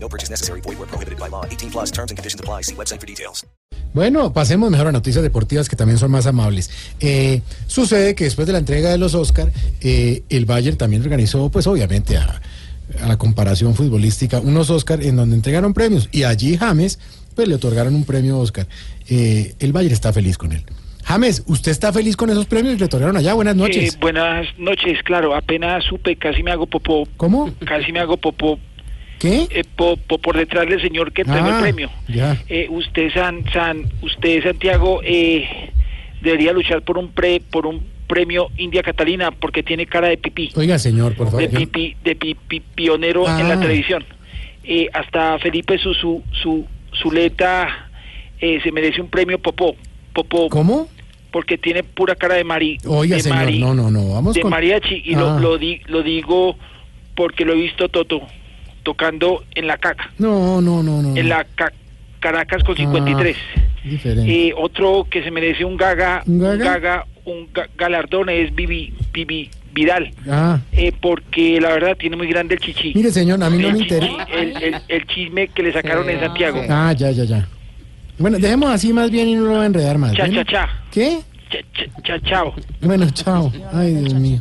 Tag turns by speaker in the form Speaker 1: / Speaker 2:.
Speaker 1: No purchase necessary. Void where prohibited by law. 18 plus terms and conditions apply. See website for details.
Speaker 2: Bueno, pasemos mejor a noticias deportivas que también son más amables. Eh, sucede que después de la entrega de los Oscar, eh, el Bayern también organizó, pues obviamente, a, a la comparación futbolística, unos Oscar en donde entregaron premios. Y allí James, pues le otorgaron un premio Oscar. Eh, el Bayern está feliz con él. James, ¿usted está feliz con esos premios que le otorgaron allá? Buenas noches.
Speaker 3: Eh, buenas noches, claro, apenas supe, casi me hago popó.
Speaker 2: ¿Cómo?
Speaker 3: Casi me hago popó.
Speaker 2: ¿Qué?
Speaker 3: eh, po- po- por detrás del señor que entregó
Speaker 2: Ah,
Speaker 3: el premio.
Speaker 2: ya.
Speaker 3: Eh, usted, San, San, usted, Santiago, eh, debería luchar por un pre, por un premio India Catalina, porque tiene cara de pipí,
Speaker 2: Oiga, señor, por favor.
Speaker 3: de
Speaker 2: yo-
Speaker 3: pipí, de pipí pionero en
Speaker 2: Ah.
Speaker 3: la televisión. Eh, hasta Felipe su su su Zuleta eh, se merece un premio popó, popó,
Speaker 2: ¿Cómo?
Speaker 3: porque tiene pura cara de Mari.
Speaker 2: Oiga,
Speaker 3: de
Speaker 2: señor,
Speaker 3: Mari-
Speaker 2: no, no, no, vamos
Speaker 3: de
Speaker 2: con...
Speaker 3: mariachi y
Speaker 2: Ah.
Speaker 3: lo, lo, di- lo digo porque lo he visto Toto tocando en la caca,
Speaker 2: No, no, no, no.
Speaker 3: en la ca- Caracas
Speaker 2: Ah,
Speaker 3: con 53.
Speaker 2: Diferente.
Speaker 3: Eh, otro que se merece un gaga,
Speaker 2: ¿Un
Speaker 3: un
Speaker 2: gaga?
Speaker 3: gaga, un ga- galardón es Vivi, Vivi Vidal,
Speaker 2: Ah,
Speaker 3: eh, porque la verdad tiene muy grande el chichi.
Speaker 2: mire, señor, a mí no
Speaker 3: el,
Speaker 2: me
Speaker 3: chichi,
Speaker 2: interesa.
Speaker 3: el, el- el chisme que le sacaron en Santiago.
Speaker 2: Ah, ya, ya, ya. Bueno, dejemos así más bien y no lo voy a enredar más.
Speaker 3: Cha,
Speaker 2: ¿bueno?
Speaker 3: cha, cha.
Speaker 2: ¿Qué?
Speaker 3: Cha, cha, cha, chao.
Speaker 2: Bueno, chao. Ay, Dios mío.